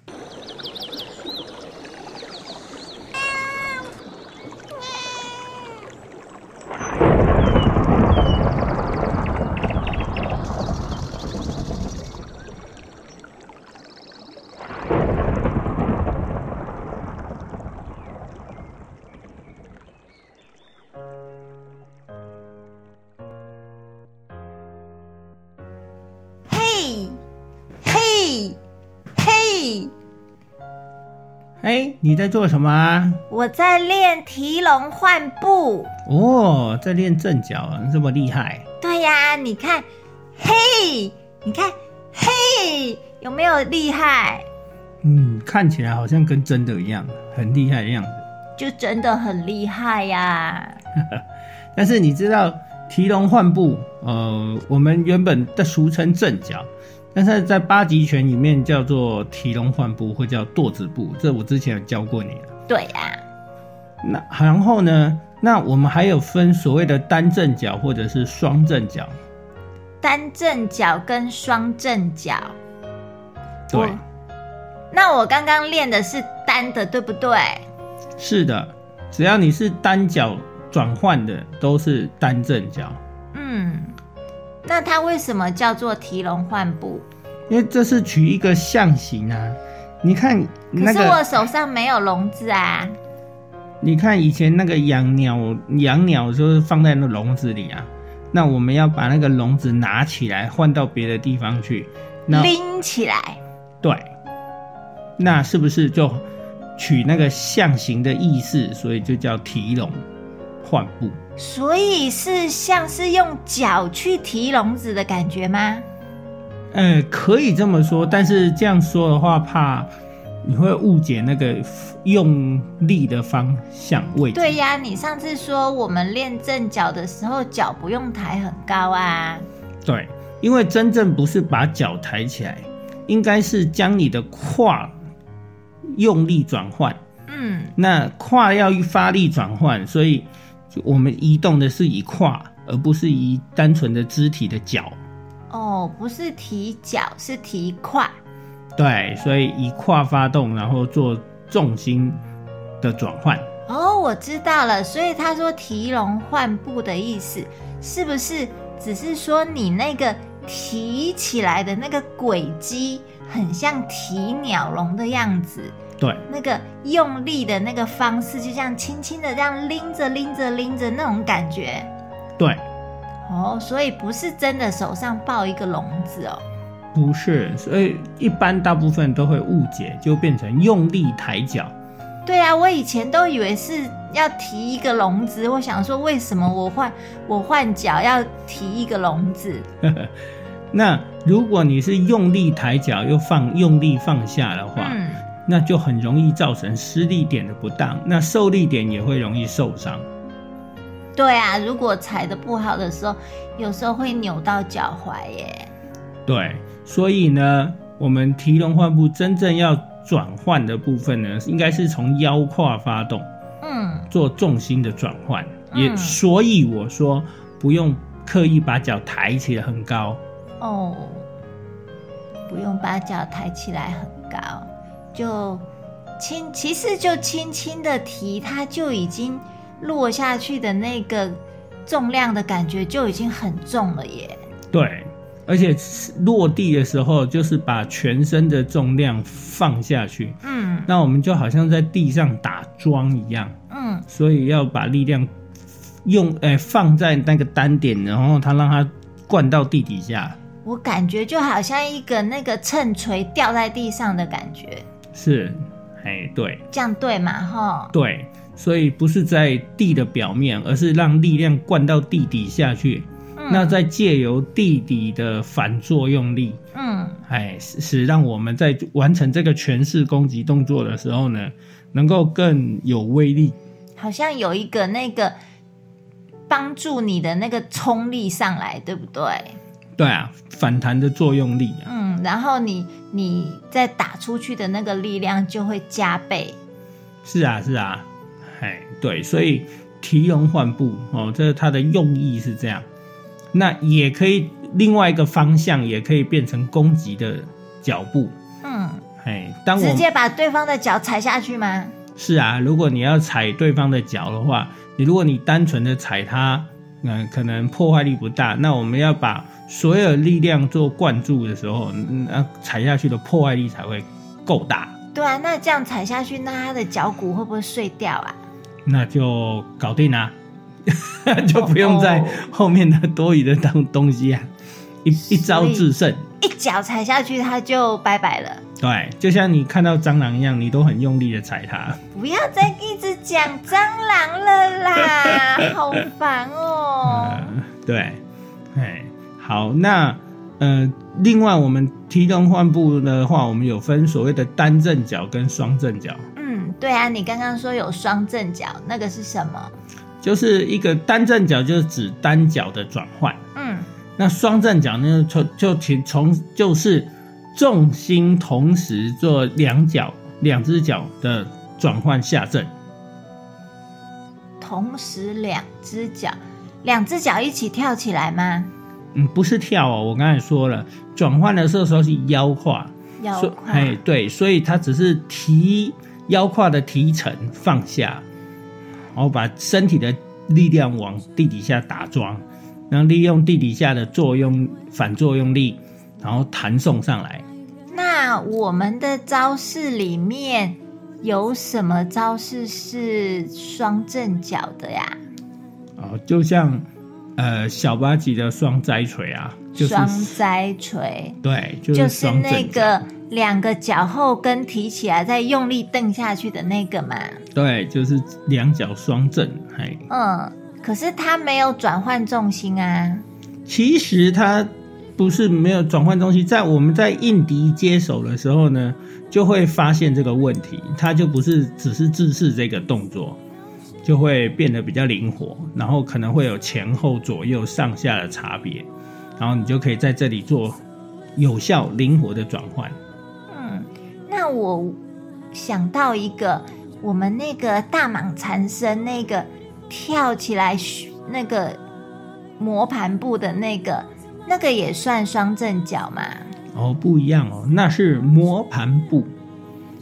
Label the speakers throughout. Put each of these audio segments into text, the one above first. Speaker 1: 嘿，嘿，嘿，
Speaker 2: 哎，你在做什么啊？
Speaker 1: 我在练提笼换步。
Speaker 2: 哦，在练正脚啊，这么厉害。
Speaker 1: 对呀、你看，嘿，你看，嘿，有没有厉害？
Speaker 2: 嗯，看起来好像跟真的一样，很厉害的样子。
Speaker 1: 就真的很厉害呀、
Speaker 2: 但是你知道提笼换步，呃，我们原本的俗称正脚，但是在八极拳里面叫做提笼换步，或叫跺子步，这我之前有教过你了。
Speaker 1: 对呀、
Speaker 2: 那然后呢？那我们还有分所谓的单正脚或者是双正脚。
Speaker 1: 单正脚跟双正脚。
Speaker 2: 对，
Speaker 1: 我那我刚刚练的是单的，对不对？
Speaker 2: 是的，只要你是单脚转换的，都是单正脚。
Speaker 1: 嗯，那它为什么叫做提笼换步？
Speaker 2: 因为这是取一个象形啊。你看那
Speaker 1: 可是我
Speaker 2: 个，
Speaker 1: 手上没有笼子啊。
Speaker 2: 你看以前那个养鸟，养鸟就是放在那笼子里啊。那我们要把那个笼子拿起来，换到别的地方去。那
Speaker 1: 拎起来。
Speaker 2: 对，那是不是就取那个象形的意思？所以就叫提笼换步。
Speaker 1: 所以是像是用脚去提笼子的感觉吗？
Speaker 2: 呃，可以这么说，但是这样说的话，怕你会误解那个用力的方向位置。
Speaker 1: 对呀，你上次说我们练正脚的时候，脚不用抬很高啊。
Speaker 2: 对，因为真正不是把脚抬起来，应该是将你的胯用力转换。
Speaker 1: 嗯，
Speaker 2: 那胯要发力转换，所以我们移动的是以胯，而不是以单纯的肢体的脚。
Speaker 1: 哦，不是提脚，是提胯。
Speaker 2: 对，所以以胯发动，然后做重心的转换。
Speaker 1: 哦，我知道了。所以他说提笼换步的意思，是不是只是说你那个提起来的那个轨迹，很像提鸟笼的样子？
Speaker 2: 对，
Speaker 1: 那个用力的那个方式，就这样轻轻的这样拎着拎着拎着那种感觉
Speaker 2: 对。
Speaker 1: 哦，所以不是真的手上抱一个笼子哦。
Speaker 2: 不是，所以一般大部分都会误解，就变成用力抬脚。
Speaker 1: 对啊，我以前都以为是要提一个笼子，我想说为什么我换我换脚要提一个笼子？
Speaker 2: 那如果你是用力抬脚又放用力放下的话，
Speaker 1: 嗯，
Speaker 2: 那就很容易造成施力点的不当，那受力点也会容易受伤。
Speaker 1: 对啊，如果踩的不好的时候，有时候会扭到脚踝耶。
Speaker 2: 对，所以呢，我们提笼换步真正要转换的部分呢，应该是从腰胯发动，
Speaker 1: 嗯，
Speaker 2: 做重心的转换。也、
Speaker 1: 嗯
Speaker 2: 所以我说不用刻意把脚抬起来很高，
Speaker 1: 哦，不用把脚抬起来很高，就轻，其实就轻轻的提，它就已经落下去的那个重量的感觉就已经很重了耶。
Speaker 2: 对，而且落地的时候就是把全身的重量放下去，
Speaker 1: 嗯
Speaker 2: 那我们就好像在地上打桩一样，
Speaker 1: 嗯，
Speaker 2: 所以要把力量用诶、放在那个单点，然后它让它灌到地底下。
Speaker 1: 我感觉就好像一个那个秤锤掉在地上的感觉，
Speaker 2: 是，哎，对
Speaker 1: 这样对嘛？哈，
Speaker 2: 对，所以不是在地的表面，而是让力量灌到地底下去，
Speaker 1: 嗯
Speaker 2: 那再借由地底的反作用力，
Speaker 1: 嗯
Speaker 2: 哎，使使让我们在完成这个全式攻击动作的时候呢，能够更有威力。
Speaker 1: 好像有一个那个帮助你的那个冲力上来，对不对？
Speaker 2: 对啊，反弹的作用力啊，
Speaker 1: 嗯，然后你你再打出去的那个力量就会加倍。
Speaker 2: 是啊，是啊，哎，对，所以提笼换步哦，这是它的用意是这样。那也可以另外一个方向，也可以变成攻击的脚步。
Speaker 1: 嗯，
Speaker 2: 哎，当我
Speaker 1: 直
Speaker 2: 们
Speaker 1: 接把对方的脚踩下去吗？
Speaker 2: 是啊，如果你要踩对方的脚的话，你如果你单纯的踩他，嗯、可能破坏力不大。那我们要把所有力量做灌注的时候，嗯那、踩下去的破坏力才会够大，
Speaker 1: 对啊，那这样踩下去，那他的脚骨会不会碎掉啊？
Speaker 2: 那就搞定啦、 就不用再
Speaker 1: 哦
Speaker 2: 后面的多余的当东西啊，一一招制胜。
Speaker 1: 一脚踩下去，他就拜拜了。
Speaker 2: 对，就像你看到蟑螂一样，你都很用力的踩它。
Speaker 1: 不要再一直讲蟑螂了啦，好烦哦。
Speaker 2: 嗯，对，哎，好，那呃，另外我们提动换步的话，我们有分所谓的单正脚跟双正脚，
Speaker 1: 嗯，对啊，你刚刚说有双正脚，那个是什么？
Speaker 2: 就是一个单正脚就是指单脚的转换，
Speaker 1: 嗯，
Speaker 2: 那双正脚呢就就提从就是重心同时做两脚两只脚的转换下正，
Speaker 1: 同时两只脚，两只脚一起跳起来吗？
Speaker 2: 嗯，不是跳哦，我刚才说了，转换的时候时候是腰胯，
Speaker 1: 要
Speaker 2: 所哎
Speaker 1: 快，
Speaker 2: 对，所以它只是提腰胯的提沉放下，然后把身体的力量往地底下打桩，然后利用地底下的作用反作用力，然后弹送上来。
Speaker 1: 那我们的招式里面有什么招式是双正脚的呀？
Speaker 2: 哦，就像呃小八级的双摘锤啊，就是
Speaker 1: 双摘锤，
Speaker 2: 对，就
Speaker 1: 就是是
Speaker 2: 双正
Speaker 1: 那
Speaker 2: 角
Speaker 1: 个两个脚后跟提起来，再用力蹬下去的那个嘛。
Speaker 2: 对，就是两脚双正，嘿。
Speaker 1: 嗯，可是它没有转换重心啊。
Speaker 2: 其实它不是没有转换东西，在我们在印敌接手的时候呢，就会发现这个问题，它就不是只是制式这个动作，就会变得比较灵活，然后可能会有前后左右上下的差别，然后你就可以在这里做有效灵活的转换。
Speaker 1: 嗯，那我想到一个，我们那个大蟒缠身那个跳起来嘘那个磨盘步的那个，那个也算双正脚嘛？
Speaker 2: 哦，不一样哦，那是磨盘步，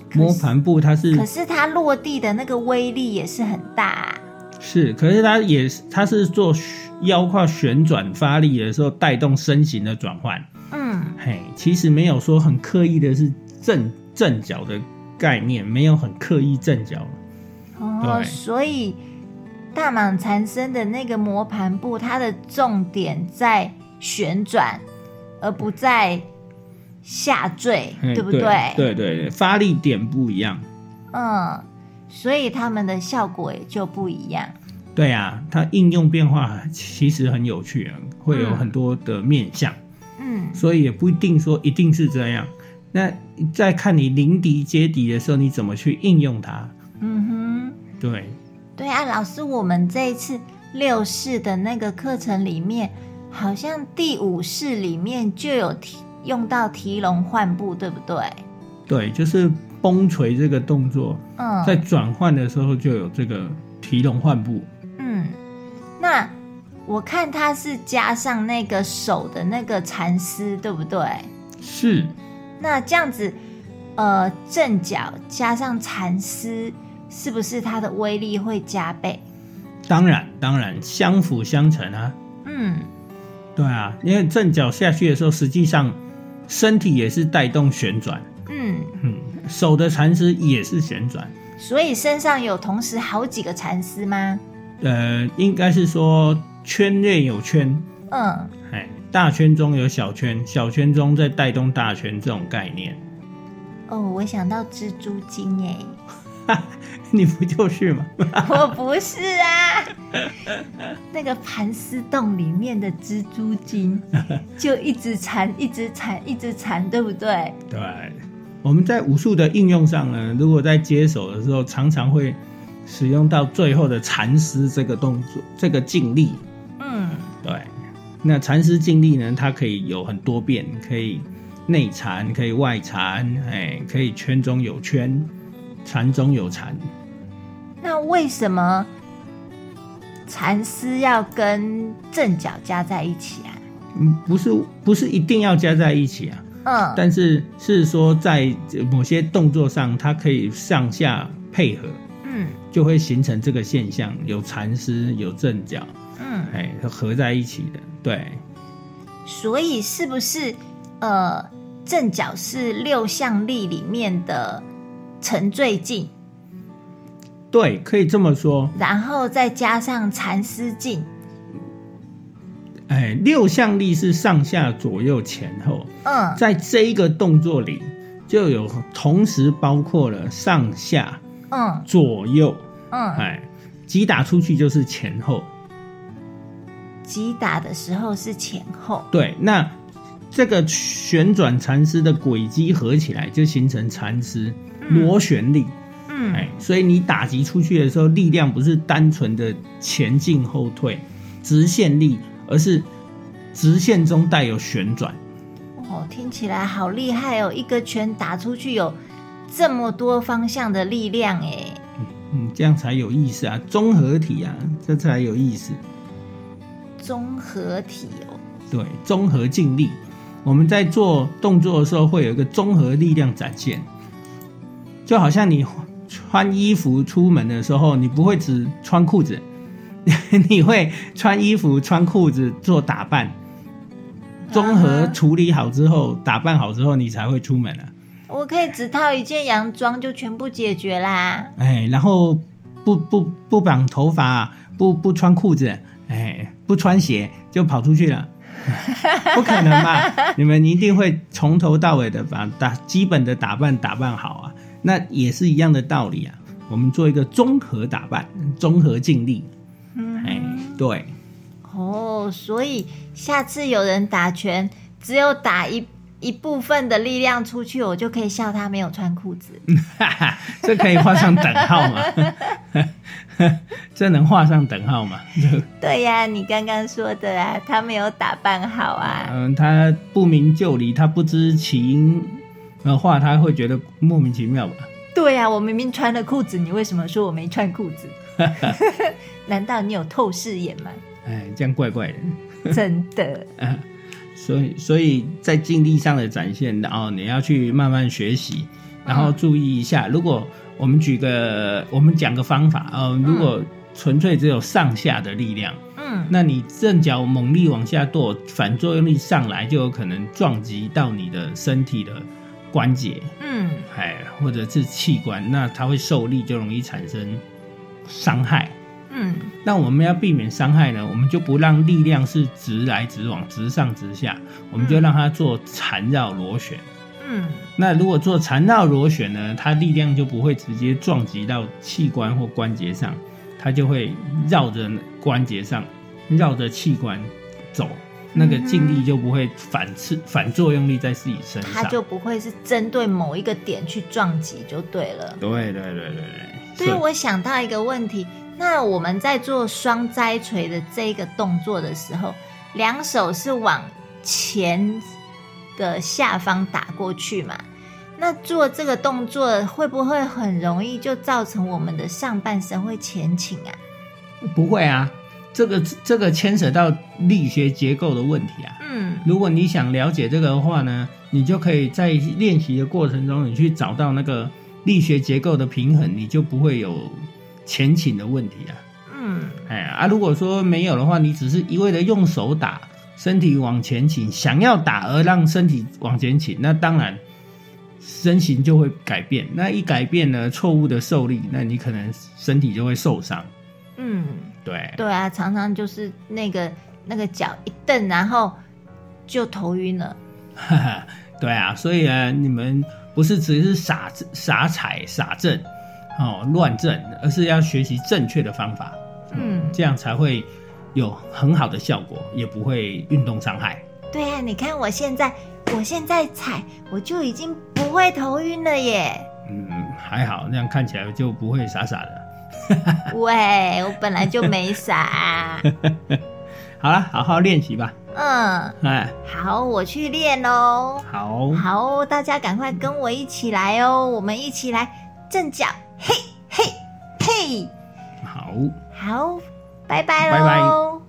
Speaker 1: 可是
Speaker 2: 磨盘步它是
Speaker 1: 可是它落地的那个威力也是很大、啊。
Speaker 2: 是，可是它也是它是做腰胯旋转发力的时候带动身形的转换。
Speaker 1: 嗯，
Speaker 2: 嘿，其实没有说很刻意的是正正脚的概念，没有很刻意正脚。
Speaker 1: 哦，
Speaker 2: 对
Speaker 1: 所以大蟒缠身的那个磨盘步，它的重点在旋转，而不在下坠，
Speaker 2: 嘿
Speaker 1: 不
Speaker 2: 对？对对对，发力点不一样。
Speaker 1: 嗯，所以他们的效果也就不一样。
Speaker 2: 对啊，它应用变化其实很有趣啊，会有
Speaker 1: 嗯
Speaker 2: 很多的面向，
Speaker 1: 嗯，
Speaker 2: 所以也不一定说一定是这样。那在看你临敌接敌的时候，你怎么去应用它？
Speaker 1: 嗯哼，
Speaker 2: 对，
Speaker 1: 对啊，老师，我们这一次六式的那个课程里面，好像第五式里面就有提用到提笼换步，对不对？
Speaker 2: 对，就是崩锤这个动作，
Speaker 1: 嗯，
Speaker 2: 在转换的时候就有这个提笼换步。
Speaker 1: 嗯，那我看它是加上那个手的那个缠丝，对不对？
Speaker 2: 是，
Speaker 1: 那这样子，呃，正脚加上缠丝，是不是它的威力会加倍？
Speaker 2: 当然当然，相辅相成啊。
Speaker 1: 嗯。
Speaker 2: 对啊，因为正脚下去的时候，实际上身体也是带动旋转，
Speaker 1: 嗯，
Speaker 2: 嗯，手的缠丝也是旋转。
Speaker 1: 所以身上有同时好几个蚕丝吗？
Speaker 2: 呃，应该是说圈内有圈，
Speaker 1: 嗯，
Speaker 2: 哎，大圈中有小圈，小圈中再带动大圈这种概念。
Speaker 1: 哦，我想到蜘蛛精耶，
Speaker 2: 你不就是吗？
Speaker 1: 我不是啊，那个盘丝洞里面的蜘蛛精就一直缠，一直缠，一直缠，对不对？
Speaker 2: 对，我们在武术的应用上呢，如果在接手的时候，常常会使用到最后的缠丝这个动作，这个劲力。
Speaker 1: 嗯，
Speaker 2: 对，那缠丝劲力呢，它可以有很多变，可以内缠，可以外缠，哎，可以圈中有圈，缠中有缠。
Speaker 1: 那为什么缠丝要跟正脚加在一起啊？
Speaker 2: 嗯，不是不是一定要加在一起啊，
Speaker 1: 嗯，
Speaker 2: 但是是说在某些动作上，它可以上下配合，
Speaker 1: 嗯
Speaker 2: 就会形成这个现象，有缠丝，有正脚，
Speaker 1: 嗯，
Speaker 2: 哎，合在一起的。对，
Speaker 1: 所以是不是呃，正脚是六项力里面的沉醉劲，
Speaker 2: 对，可以这么说。
Speaker 1: 然后再加上缠丝劲？
Speaker 2: 哎，六项力是上下左右前后，
Speaker 1: 嗯
Speaker 2: 在这一个动作里就有同时包括了上下
Speaker 1: 嗯
Speaker 2: 左右，
Speaker 1: 嗯，
Speaker 2: 哎，击打出去就是前后。
Speaker 1: 击打的时候是前后。
Speaker 2: 对，那这个旋转蚕丝的轨迹合起来就形成蚕丝螺旋力，
Speaker 1: 嗯
Speaker 2: 哎，所以你打击出去的时候，力量不是单纯的前进后退、直线力，而是直线中带有旋转。
Speaker 1: 哦，听起来好厉害哦！一个拳打出去有这么多方向的力量诶。
Speaker 2: 嗯，这样才有意思啊，综合体啊，这才有意思。
Speaker 1: 综合体哦。
Speaker 2: 对，综合劲力，我们在做动作的时候会有一个综合力量展现，就好像你穿衣服出门的时候，你不会只穿裤子， 你会穿衣服、穿裤子做打扮，综合处理好之后，打扮好之后，你才会出门啊。
Speaker 1: 我可以只套一件洋装就全部解决啦。
Speaker 2: 哎，然后不不不绑头发，不不穿裤子，哎，不穿鞋就跑出去了， 不可能吧？你们一定会从头到尾的把打基本的打扮打扮好啊，那也是一样的道理啊。我们做一个综合打扮，综合尽力，哎，对，
Speaker 1: 哦，所以下次有人打拳，只有打一一部分的力量出去，我就可以笑他没有穿裤子。
Speaker 2: 哈哈，这可以画上等号吗？ 这能画上等号吗？
Speaker 1: 对呀、你刚刚说的啊，他没有打扮好啊。
Speaker 2: 嗯，他不明就里，他不知其因的话，他会觉得莫名其妙吧？
Speaker 1: 对呀、我明明穿了裤子，你为什么说我没穿裤子？难道你有透视眼吗？
Speaker 2: 哎，这样怪怪的。
Speaker 1: 真的，
Speaker 2: 啊、所以，所以在尽力上的展现，然、后你要去慢慢学习，然后注意一下。如果我们举个，我们讲个方法啊、呃如果纯粹只有上下的力量，
Speaker 1: 嗯
Speaker 2: 那你正脚猛力往下跺，反作用力上来，就有可能撞击到你的身体的关节。
Speaker 1: 嗯
Speaker 2: 哎，或者是器官，那它会受力，就容易产生伤害。
Speaker 1: 嗯
Speaker 2: 那我们要避免伤害呢，我们就不让力量是直来直往、直上直下，我们就让它做缠绕螺旋。
Speaker 1: 嗯
Speaker 2: 那如果做缠绕螺旋呢，它力量就不会直接撞击到器官或关节上，它就会绕着关节上、绕着器官走，那个劲力就不会反刺、反作用力在自己身上。
Speaker 1: 他就不会是针对某一个点去撞击就对了。
Speaker 2: 对对对对对，
Speaker 1: 所以我想到一个问题，那我们在做双摘锤的这个动作的时候，两手是往前的下方打过去嘛？那做这个动作会不会很容易就造成我们的上半身会前倾啊？
Speaker 2: 不会啊，这个这个牵扯到力学结构的问题啊。
Speaker 1: 嗯
Speaker 2: 如果你想了解这个的话呢，你就可以在练习的过程中，你去找到那个力学结构的平衡，你就不会有前倾的问题啊。
Speaker 1: 嗯
Speaker 2: 哎啊，如果说没有的话，你只是一味的用手打，身体往前倾，想要打而让身体往前倾，那当然身形就会改变。那一改变呢，错误的受力，那你可能身体就会受伤。
Speaker 1: 嗯，
Speaker 2: 对
Speaker 1: 对啊，常常就是那个那个脚一蹬，然后就头晕了。
Speaker 2: 哈哈， 对啊，所以啊，你们不是只是傻子傻踩傻正，哦乱正，而是要学习正确的方法，
Speaker 1: 嗯，
Speaker 2: 这样才会有很好的效果，也不会运动伤害。
Speaker 1: 对啊，你看我现在，我现在踩，我就已经不会头晕了耶。
Speaker 2: 嗯，还好，那样看起来就不会傻傻的。
Speaker 1: 喂，我本来就没傻。
Speaker 2: 好了，好好练习吧。
Speaker 1: 嗯，
Speaker 2: 哎，
Speaker 1: 好，我去练喽。
Speaker 2: 好，
Speaker 1: 好，哦大家赶快跟我一起来哦，我们一起来正脚，嘿嘿嘿。
Speaker 2: 好。
Speaker 1: 好，拜拜
Speaker 2: 拜
Speaker 1: 喽。